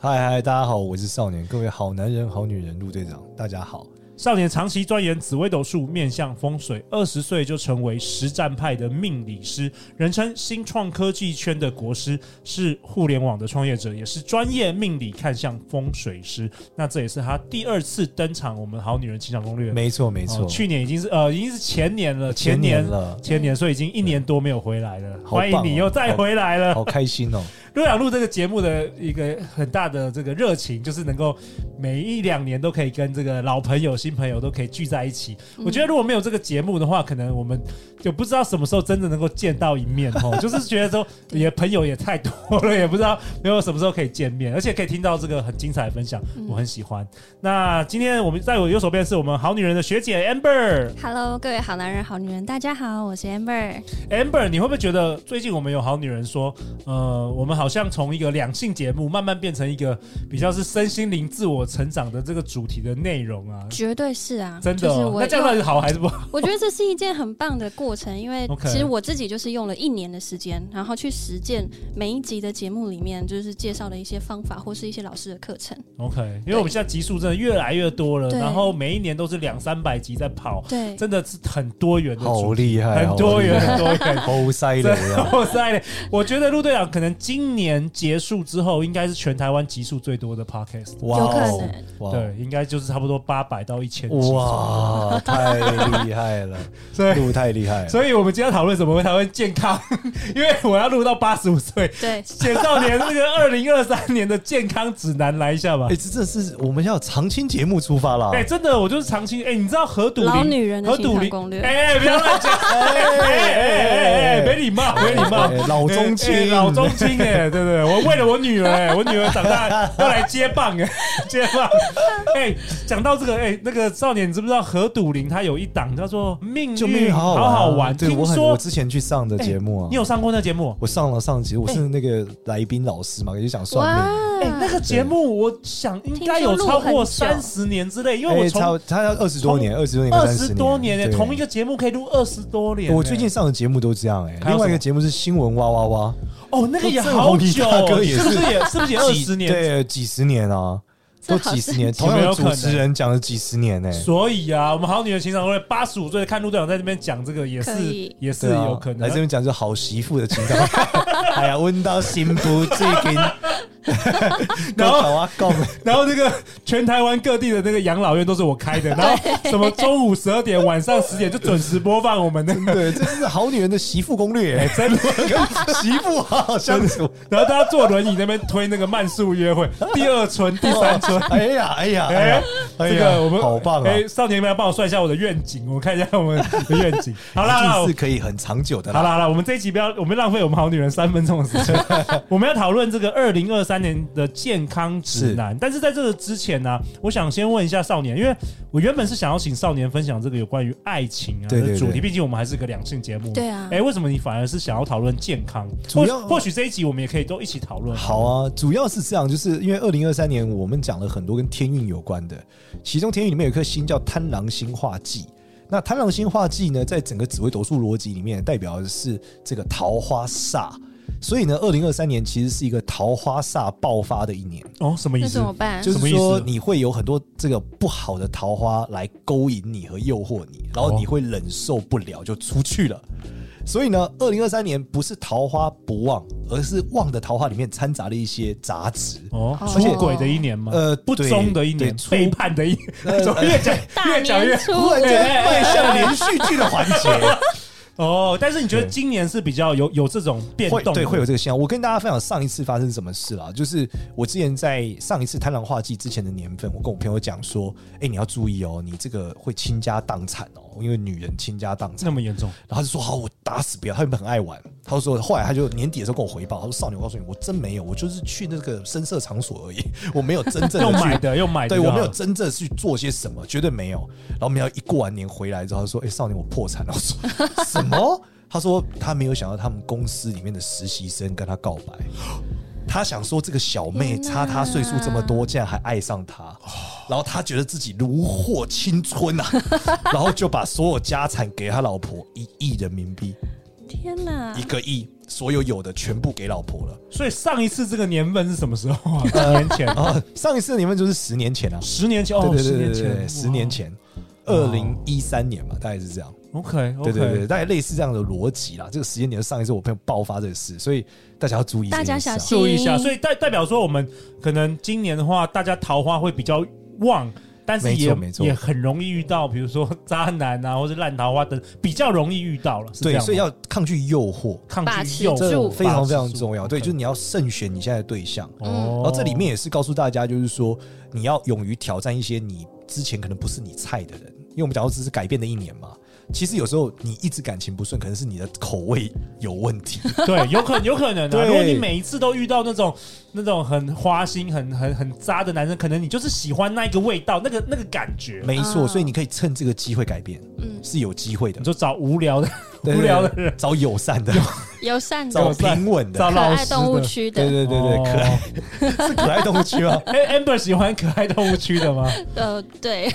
嗨嗨，大家好，我是少年，各位好男人、好女人，陆队长，大家好。少年长期钻研紫微斗数、面向风水，二十岁就成为实战派的命理师，人称新创科技圈的国师，是互联网的创业者，也是专业命理看向风水师。那这也是他第二次登场我们《好女人情场攻略》没错没哦错，去年已经是呃，已经是前年了，前前年了前年，所以已经一年多没有回来了。好棒哦欢迎你又再回来了。好开心 哦。陆想录这个节目的一个很大的这个热情，就是能够每一两年都可以跟这个老朋友、新朋友都可以聚在一起。我觉得如果没有这个节目的话，可能我们就不知道什么时候真的能够见到一面哦。就是觉得说也朋友也太多了，也不知道没有什么时候可以见面，而且可以听到这个很精彩的分享，我很喜欢。那今天我们在我右手边是我们好女人的学姐 Amber。 Hello，各位好男人、好女人，大家好，我是 Amber。 Amber，你会不会觉得最近我们有好女人说，呃，我们好像从一个两性节目慢慢变成一个比较是身心灵自我成长的这个主题的内容啊？绝对是啊，真的就哦、是我那这样到底是好还是不好？我觉得这是一件很棒的过程，因为 OK 其实我自己就是用了一年的时间，然后去实践每一集的节目里面就是介绍的一些方法或是一些老师的课程。 OK，因为我们现在集数真的越来越多了，对然后每一年都是两三百集在跑，对，真的是很多元的好主题，厉害，哦很多元，很 多元。好塞真雷的， 啊！我塞嘞！我觉得陆队长可能今年结束之后，应该是全台湾集数最多的 podcast，哇有可哦能，哇对，应该就是差不多八百到一千集左右。哇，太厉害 了，所以陆太厉害了。所以我们今天讨论什么台湾健康， 因为我要录到八十五岁， 对，简少年那个二零二三年的健康指南来一下吧哎，。这这是我们要长青节目出发啦哎、！真的，我就是长期哎、你知道何笃老林？女人的何情笃场林攻略。哎、不要乱 讲，哎哎哎哎，没礼貌，没礼貌。哎老中青哎哎老中青，哎，对对对，我为了我女儿，哎，我女儿长大要来接棒，哎，接棒。哎，讲到这个，哎，那个少年，你知不知道何笃林他有一档叫做《命救命，运好好好玩玩啊！》，对听我很，说哎我之前去上的节目啊你，有哎上过那节目？我上了上集，我是那个来宾老师嘛，也就想算哇命。，哎、那个节目我想应该有超过三十年之类，因为哎，我差从他要二十多年，二十多年，二十多年呢、对同一个节目可以录二十多年欸、我最近上的节目都这样哎、还有另外一什么个节目是新闻哇哇哇，哦，那个也我正好红久衣大哦，哥也是是不是也是不 是也二十年？对，几十年 啊，这都好几十年，像同样有没有的可能主持人讲了几十年哎、所以啊，我们好女人情场攻略八十五岁的看陆队长在这边讲这个，也可是以也是对啊有可能。来这边讲就好媳妇的情感，哎呀，温到新妇最 近， 然后啊讲， 然后那个全台湾各地的那个养老院都是我开的，然后什么中午十二点、晚上十点就准时播放我们 那个。对，这是好女人的媳妇攻略、哎 真的跟媳妇好好相处。然后大家坐轮椅那边推那个慢速约 会，第二村、第三村，哎呀，哎呀，哎哎呀，哎这呀，个我们好棒啊！哎，少年们要帮我算一下我的愿景，我看一下我们的愿景。 好啦，好一啦定是可以很长久的好啦。啦，好啦，我们这一集不要，我们浪费我们好女人三分钟的时间。 我们要讨论这个二零二三年的健康指南，但是在这个之前呢、我想先问一下少年，因为我原本是想要请少年分享这个有关于爱情啊对的对主题，对毕竟我们还是个两性节目。对啊哎，为什么你反而是想要讨论健康？或主要或许这一集我们也可以都一起讨论。好啊，主要是这样，就是因为二零二三年我们讲了很多跟天运有关的，其中天运里面有一颗星叫贪狼星化忌。那贪狼星化忌呢，在整个紫微斗数逻辑里面，代表的是这个桃花煞。所以呢，二零二三年其实是一个桃花煞爆发的一年，哦，什么意那思怎？么办？就什么是意思说你会有很多这个不好的桃花来勾引你和诱惑你，然后你会忍受不了就出去了。所以呢，二零二三年不是桃花不旺，而是旺的桃花里面掺杂了一些杂质。哦，而出且轨的一年吗？呃不忠的一对年对，出呃背叛的一 年，怎么越讲大越讲越年初突然间迈向连续剧的环节，哦。但是你觉得对今年是比较有有这种 变会动？对会有这个现象。我跟大家分享上一次发生什么事啦，就是我之前在上一次贪婪化忌之前的年份，我跟我朋友讲说，哎、你要注意哦，你这个会倾家荡产哦。因为女人倾家荡产那。么严重，然后他就说好，我打死不要。他原本很爱玩，他就说后来他就年底的时候跟我回报，他说少年，我告诉你，我真没有，我就是去那个深色场所而已，我没有真正用的买去。的用买的对就我好没了，有真正去做些什么，绝对没有。然后我们要一过完年回来之后，他说：“哎、少年，我破产了。”我 说：“什么？”他说：“他没有想到他们公司里面的实习生跟他告白，他想说这个小妹天哪哦差他岁数这么多，竟然还爱上他，然后他觉得自己如获青春 啊，然后就把所有家产给他老婆一亿人民币，天 哪一！个亿，所有有的全部给老婆了。所以上一次这个年份是什么时候啊？几年前，啊，上一次你们就是十年前啊，十年前，哦，对十对对年对对对，前，十年前，二零一三年嘛，大概是这样。 ，OK，对对对，大概类似这样的逻辑啦。这个时间点是上一次我朋友爆发这个事，所以大家要注意这大件事啊。家小心注意一下。所以代代表说，我们可能今年的话，大家桃花会比较旺，但是没也错没错也很容易遇到，比如说渣男啊，或是烂桃花等，比较容易遇到了。是这对，样吗所以要抗拒诱惑，抗把拒持诱住这惑，非常非常把持住重要。对， OK 就是你要慎选你现在的对象。哦然后这里面也是告诉大家，就是说你要勇于挑战一些你之前可能不是你菜的人，因为我们讲到只是改变的一年嘛。其实有时候你一直感情不顺，可能是你的口味有问题。 对，有可有可能啊。对如果你每一次都遇到那种那种很花心、很很很渣的男生，可能你就是喜欢那一个味道、那个那个感觉。没错，啊所以你可以趁这个机会改变，嗯是有机会的你。就找无聊 的、对无聊的人，找友善 的，友善的找平稳找哦的，可老爱实的动物区对的，对对对，可爱爱。是可爱 动物 区吗？哎，Amber 喜欢可爱动物区的吗？呃，对，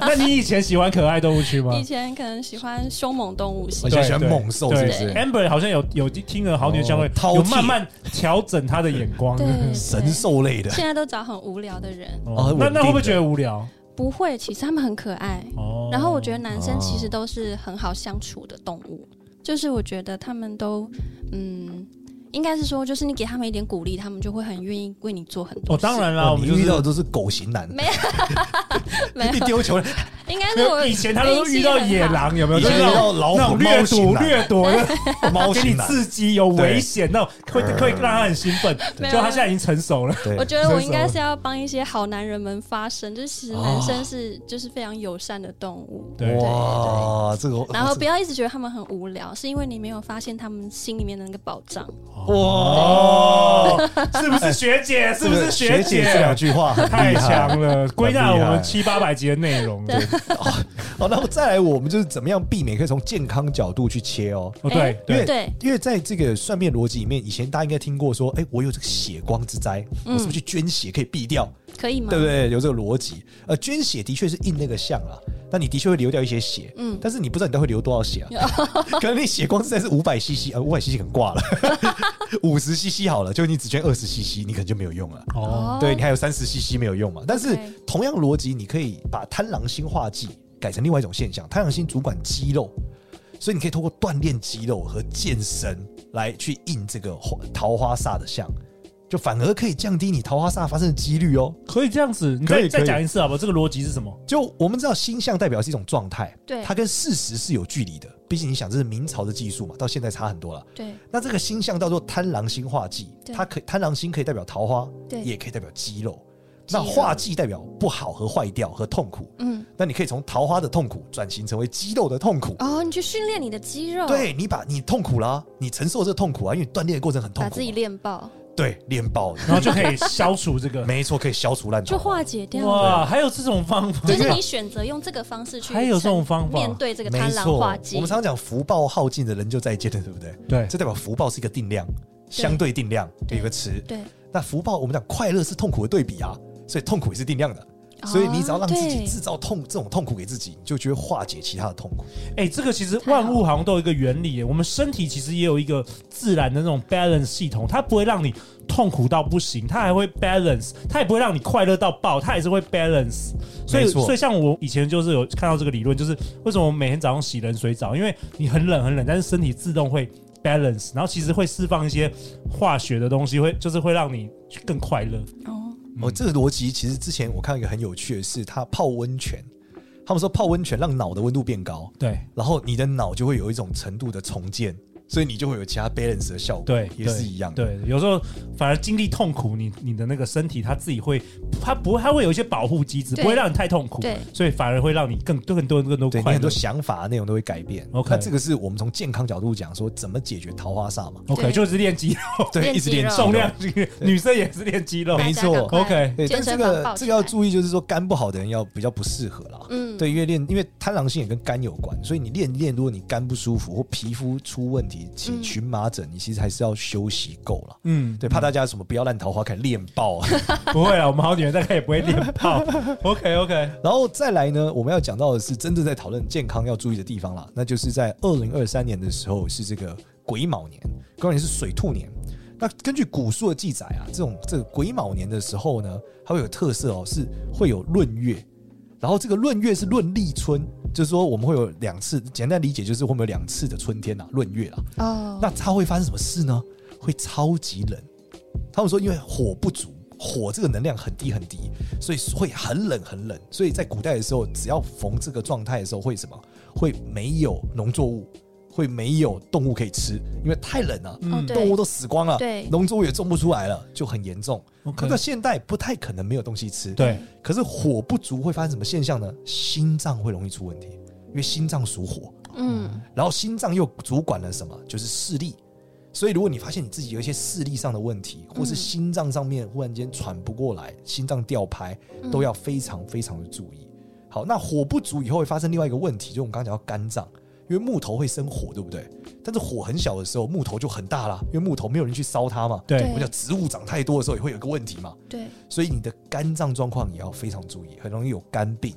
那你以前喜欢可爱动物区吗？ 以前可能喜欢凶猛动物我型对，就喜欢猛兽，是对不是？ Amber 好像有有听了好女人相会哦饕餮，有慢慢调整她的眼光。对，对神兽类的，现在都找很无聊的人，哦哦，那稳定那会不会的觉得无聊？不会，其实他们很可爱。哦然后我觉得男生其实都是很好相处的动物，就是我觉得他们都，嗯，应该是说，就是你给他们一点鼓励，他们就会很愿意为你做很多哦，事。当然啦，哇我你们就遇是到的都是狗型男，没 没有一，丢 球，应该没是我有以前他都是遇到野狼，有没有？以就是前那遇种到老那虎、种掠夺、哦猫型男、掠夺的，猫给你型男，刺激，有对危险，那种会会让他很兴奋。没有就他现在已经成熟了，我对，觉得我应该是要帮一些好男人们发声，就是其实男生是就是非常友善的动物，哦对哇，这个，然后这不要一直觉得他们很无聊，是因为你没有发现他们心里面的那个宝藏。哦，是不是学姐？是不这是个学学这两句话很太厉害强了，归纳了我很厉们害七八百集的内容。对，好，那我再来，我们就是怎么样避免，可以从健康角度去切哦。哦哎对对，对，因为在这个算命逻辑里面，以前大家应该听过说，哎、我有这个血光之灾，我是不是去捐血可以避掉？可以吗？对不对？有这个逻辑。呃，捐血的确是印那个像啦，但你的确会流掉一些血，嗯哦但是你不知道你到底会流多少血 啊？可能你血光之灾是五百 CC，呃，五百 CC 可能挂了， 五十 CC 好了，就你只捐二十 CC，你可能就没有用了。哦，对你还有三十 CC 没有用嘛？但是 OK 同样逻辑，你可以把贪狼星化忌改成另外一种现象，贪狼星主管肌肉，所以你可以通过锻炼肌肉和健身来去印这个花桃花煞的相，就反而可以降低你桃花煞发生的几率哦。可以这样子。你可再以再可以讲一次好不好？这个逻辑是什么？就我们知道星象代表是一种状态，对它跟事实是有距离的。毕竟你想，这是明朝的技术嘛，到现在差很多了。对那这个星象叫做贪狼星化忌，对它可贪狼星可以代表桃花，对也可以代表肌肉。肌那肉化忌代表不好和坏掉和痛苦，嗯，那你可以从桃花的痛苦转型成为肌肉的痛苦。哦，你去训练你的肌肉，，对你把你痛苦啦、你承受这个痛苦啊，因为你锻炼的过程很痛苦嘛，把自己练爆，对练爆，然后就可以消除这个。没错，可以消除烂桃就花化。解掉了。哇，还有这种方法？就是你选择用这个方式去，还有这种方法面对这个没贪错，婪化我忌们常。常讲福报耗尽的人就再见了，对不对？对这代表福报是一个定量，相对定量对有一个词。对，那福报我们讲快乐是痛苦的对比啊，所以痛苦也是定量的。所以你只要让自己哦对制造痛这种痛苦给自己，你就觉得化解其他的痛苦。哎，这个其实万物好像都有一个原理耶。我们身体其实也有一个自然的那种 balance 系统，它不会让你痛苦到不行，它还会 balance，它也不会让你快乐到爆，它也是会 balance。所以，没错所以像我以前就是有看到这个理论，就是为什么我每天早上洗冷水澡，因为你很冷很冷，但是身体自动会 balance，然后其实会释放一些化学的东西，会就是会让你更快乐。哦，嗯哦，这个逻辑其实之前我看到一个很有趣的是，他泡温泉，他们说泡温泉让脑的温度变高，对，然后你的脑就会有一种程度的重建。所以你就会有其他 balance 的效果，对，也是一样的。对，对有时候反而经历痛苦，你你的那个身体它自己会，它不它会有一些保护机制，对不会让你太痛苦对，所以反而会让你更更多更多对你快很乐多。想法内容都会改变。 OK 那这个是我们从健康角度讲，说怎么解决桃花煞嘛？ OK，对就是练肌 对，练一直肌练肉肌哦肉重量，女生也是练肌肉。没错大家赶快 OK 对，但健这身房个抱这起个要来。注意，就是说肝不好的人要比较不适合啦。嗯，对，因为练，因为贪狼星也跟肝有关，所以你练一练，如果你肝不舒服或皮肤出问题，起嗯荨麻疹，你其实还是要休息够了。嗯，对，怕大家什么不要烂桃花，开始练爆啊。不会了，我们好女人大概也不会练炮。OK OK，然后再来呢，我们要讲到的是真正在讨论健康要注意的地方啦，那就是在二零二三年的时候是这个癸卯年，癸卯年是水兔年。那根据古书的记载啊，这种这个癸卯年的时候呢，它会有特色哦，是会有闰月，然后这个闰月是闰立春，就是说我们会有两次，简单理解就是会有两次的春天啊，闰月啊。哦，那它会发生什么事呢？会超级冷。他们说，因为火不足，火这个能量很低很低，所以会很冷很冷。所以在古代的时候，只要逢这个状态的时候，会什么？会没有农作物，会没有动物可以吃，因为太冷了，哦嗯对动物都死光了，对农作物也种不出来了，就很严重。可 OK 到现代不太可能没有东西吃，。对，可是火不足会发生什么现象呢？心脏会容易出问题，因为心脏属火。嗯，然后心脏又主管了什么？就是视力。所以如果你发现你自己有一些视力上的问题，或是心脏上面忽然间喘不过来，心脏吊拍，都要非常非常的注意。好，那火不足以后会发生另外一个问题，就是我们刚刚讲到肝脏，因为木头会生火，对不对？但是火很小的时候，木头就很大啦，因为木头没有人去烧它嘛。对我们讲植物长太多的时候也会有一个问题嘛，对，所以你的肝脏状况也要非常注意，很容易有肝病，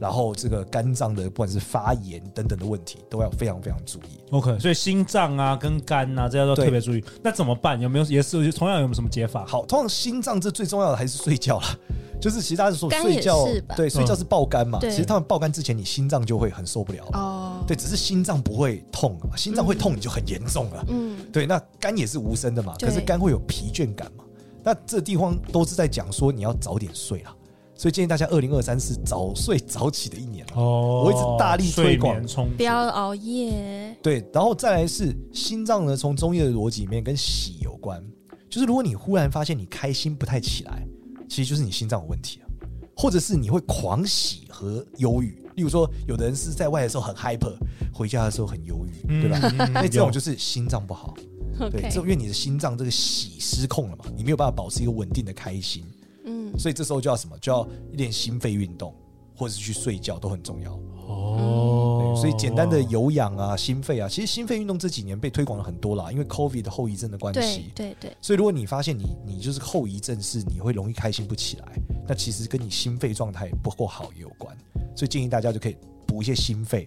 然后这个肝脏的不管是发炎等等的问题，都要非常非常注意。 OK，所以心脏啊跟肝啊这些都对特别注意。那怎么办？有没有也是同样有没有什么解法？好，通常心脏这最重要的还是睡觉啦， 就是其实大家说肝睡觉也是吧嗯对睡觉是爆肝嘛，对其实他们爆肝之前你心脏就会很受不了，哦，对，只是心脏不会痛啊，心脏会痛你就很严重了。嗯，对，那肝也是无声的嘛，对可是肝会有疲倦感嘛。那这地方都是在讲说你要早点睡啦，所以建议大家二零二三是早睡早起的一年啦。哦我一直大力推广睡眠充足不要熬夜，对，然后再来是心脏呢，从中医的逻辑里面跟喜有关，就是如果你忽然发现你开心不太起来，其实就是你心脏有问题了，或者是你会狂喜和忧郁。例如说，有的人是在外的时候很 hyper，回家的时候很忧郁，对吧？嗯 嗯那这有种就是心脏不好，对， OK 这因为你的心脏这个喜失控了嘛，你没有办法保持一个稳定的开心，嗯，所以这时候就要什么？就要练心肺运动，或者是去睡觉都很重要。哦对，所以简单的有氧啊、心肺啊，其实心肺运动这几年被推广了很多啦，因为 COVID 的后遗症的关对系。对对，所以如果你发现你你就是后遗症是你会容易开心不起来，那其实跟你心肺状态不够好也有关。所以建议大家就可以补一些心肺，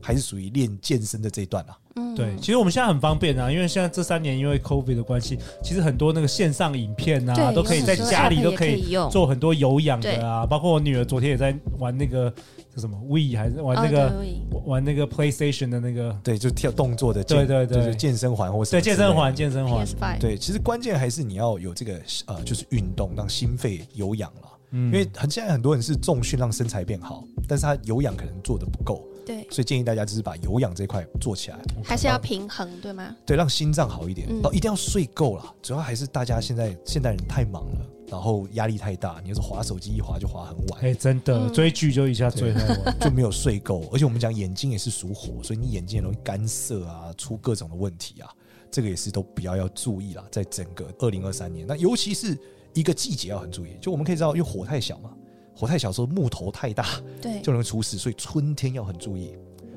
还是属于练健身的这一段啦。啊嗯，对，其实我们现在很方便啊，因为现在这三年因为 COVID 的关系，其实很多那个线上影片啊，对都可以在家里都有很多 app 可也可以以用做很多有氧的啊，包括我女儿昨天也在玩那个叫什么 We 还是玩那哦个、对玩那个 PlayStation 的那个对，就跳动作的健，对对对就是健身环或什对么之类健的身环健身环， PS Five，对，其实关键还是你要有这个呃，就是运动让心肺有氧了。嗯因为很现在很多人是重训让身材变好，但是他有氧可能做的不够，对，所以建议大家就是把有氧这块做起来，还是要平衡，对吗？对，让心脏好一点。嗯然后一定要睡够了，主要还是大家现在现代人太忙了，然后压力太大，你要是划手机一划就划很晚，哎、真的、嗯追剧就一下追太晚。就没有睡够。而且我们讲眼睛也是属火，所以你眼睛也容易干涩啊，出各种的问题啊，这个也是都比较要注意啦。在整个二零二三年，那尤其是一个季节要很注意，就我们可以知道，因为火太小嘛，火太小的时候木头太大，对，就容易出事，所以春天要很注意。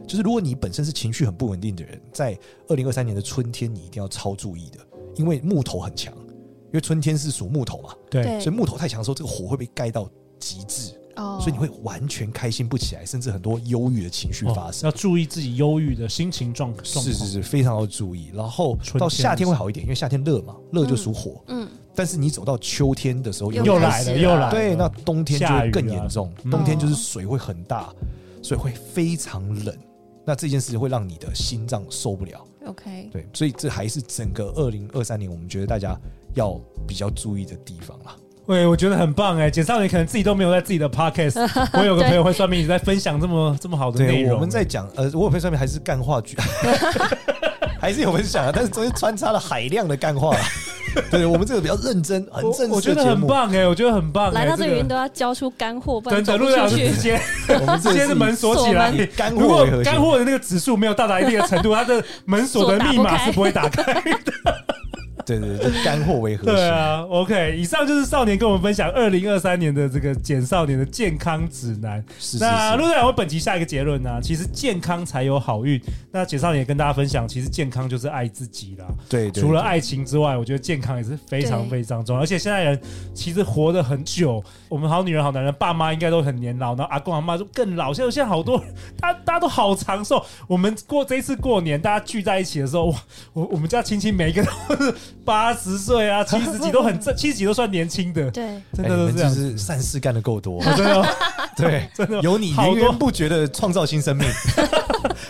就是如果你本身是情绪很不稳定的人，在二零二三年的春天，你一定要超注意的，因为木头很强，因为春天是属木头嘛，对对所以木头太强的时候，这个火会被盖到极致，哦，所以你会完全开心不起来，甚至很多忧郁的情绪发生。哦要注意自己忧郁的心情状状况。是是是，非常要注意。然后春天到夏天会好一点，因为夏天热嘛，热就属火。嗯，但是你走到秋天的时候，又开来始了又来了。对，那冬天就下雨会啊更严重，嗯冬天就是水会很大，所以会非常冷。那这件事情会让你的心脏受不了， OK，对，所以这还是整个二零二三年，我们觉得大家要比较注意的地方啦。喂，我觉得很棒哎，简少年可能自己都没有在自己的 podcast，我有个朋友会算命，一直在分享这么这么好的内对，容。欸 我们在讲，呃，我有朋友上面还是干话剧，还是有分享啊，但是中间穿插了海量的干话啊。对我们这个比较认真，很我正我式觉的得节很目，棒哎、我觉得很棒、欸。来到这个里都要交出干货，不然真走的，不陆老出师去直。 接我们这直个接是门锁起来锁门。干如货果为核心干。货的那个指数没有到达一定的程度，它的门锁的密码是不会打开。对对对，干货为核 对心。啊，OK，以上就是少年跟我们分享二零二三年的这个减少年的健康指南。是是那是，陆队长，我本集下一个结论呢、啊其实健康才有好运。那简少年也跟大家分享，其实健康就是爱自己啦。对，对除了，爱情之外，我觉得健康也是非常对非常重要。而且现在人其实活得很久，我们好女人、好男人，爸妈应该都很年老，然后阿公阿妈就更老。现在现在好多，大家大家都好长寿。我们过这一次过年，大家聚在一起的时候，哇，我 我们家亲戚每一个都是八十岁啊，七十几都很正，七十几都算年轻的， 对，真的哎你都们是这就样。是善事干的 够多，真的哦，对，真的哦，有你好源多源不绝的创造新 生命。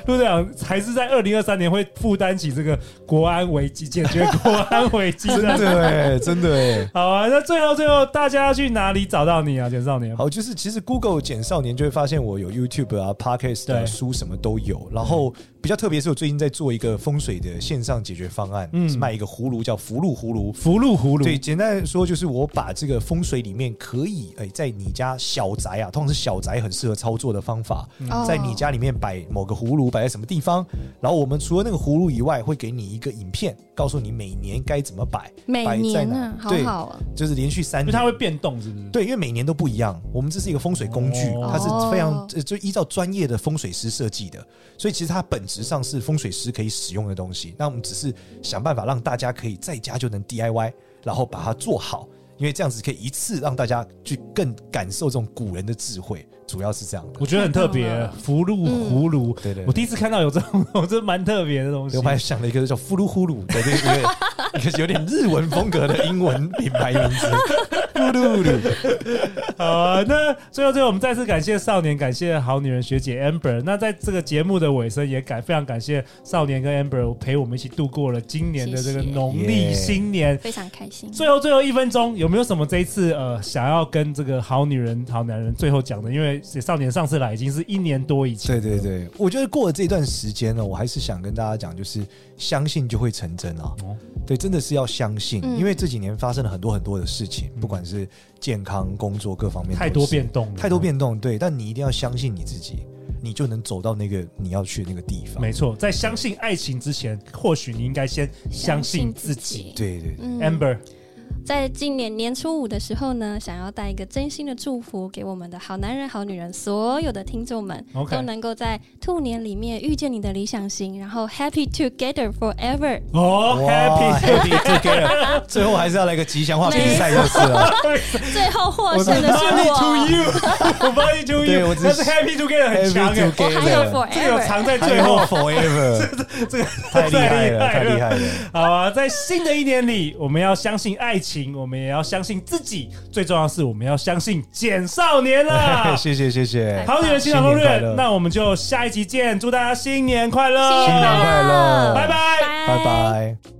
陆队长还是在二零二三年会负担起这个国安危机，解决国安危 机真的哎，真的哎。好啊，那最后最后大家要去哪里找到你啊，简少年？好，就是其实 Google 减少年就会发现我有 YouTube 啊、Podcast 啊、对书什么都有。然后比较特别是我最近在做一个风水的线上解决方案，嗯是卖一个葫芦叫福禄葫芦。福禄葫芦，对，简单来说就是我把这个风水里面可以哎、在你家小宅啊，通常是小宅很适合操作的方法，嗯哦在你家里面摆某个葫芦摆在什么地方，然后我们除了那个葫芦以外，会给你一个影片，告诉你每年该怎么摆，每摆在年哪啊，好对，好啊，就是连续三因为年，它会变动，是不是？对，因为每年都不一样，我们这是一个风水工具，哦它是非常哦呃就依照专业的风水师设计的，所以其实它本质上是风水师可以使用的东西。那我们只是想办法让大家可以在家就能 DIY，然后把它做好，因为这样子可以一次让大家去更感受这种古人的智慧，主要是这样的我。觉得很特太棒别了，福禄葫芦。嗯对对我对。第一次看到有这种， 我真的蛮特别的东西我。还想了一个叫“呼噜呼噜”的那个一个有点日文风格的英文品牌名字，呼噜呼噜。好啊，那最后最后我们再次感谢少年，感谢好女人学姐 Amber。那在这个节目的尾声，也感非常感谢少年跟 Amber 陪我们一起度过了今年的这个谢谢农历耶新年。非常开心。最后最后一分钟，有没有什么这一次呃想要跟这个好女人、好男人最后讲的？因为少年上次来已经是一年多以前，对对对，我觉得过了这段时间呢，我还是想跟大家讲，就是相信就会成真啊。哦对，真的是要相信，嗯因为这几年发生了很多很多的事情，嗯不管是健康、工作各方面，太多变，动了，太多变动。对，但你一定要相信你自己，你就能走到那个你要去的那个地方。没错，在相信爱情之前，或许你应该先相信自己。对对对，嗯 Amber，在今年年初五的时候呢，想要带一个真心的祝福给我们的好男人、好女人，所有的听众们 OK 都能够在兔年里面遇见你的理想型，然后 Happy Together Forever。 哦哇，Happy， happy together，最后还是要来个吉祥话比赛就是了。最后获我胜的哦是 to 我， you，我 body to 对 you，我只是但是 Happy together 很强 Happy 哎，我还有 together，这个有 Forever。藏在 最最后后。forever， 这个太厉害了，太太厉厉害害了。。好啊，在新的一年里，我们要相信爱情，我们也要相信自己，最重要的是我们要相信简少年了 谢谢谢谢，好女人欣赏攻新年略快，乐那我们就下一集见，祝大家新年快乐，新新年年快乐，拜拜拜拜。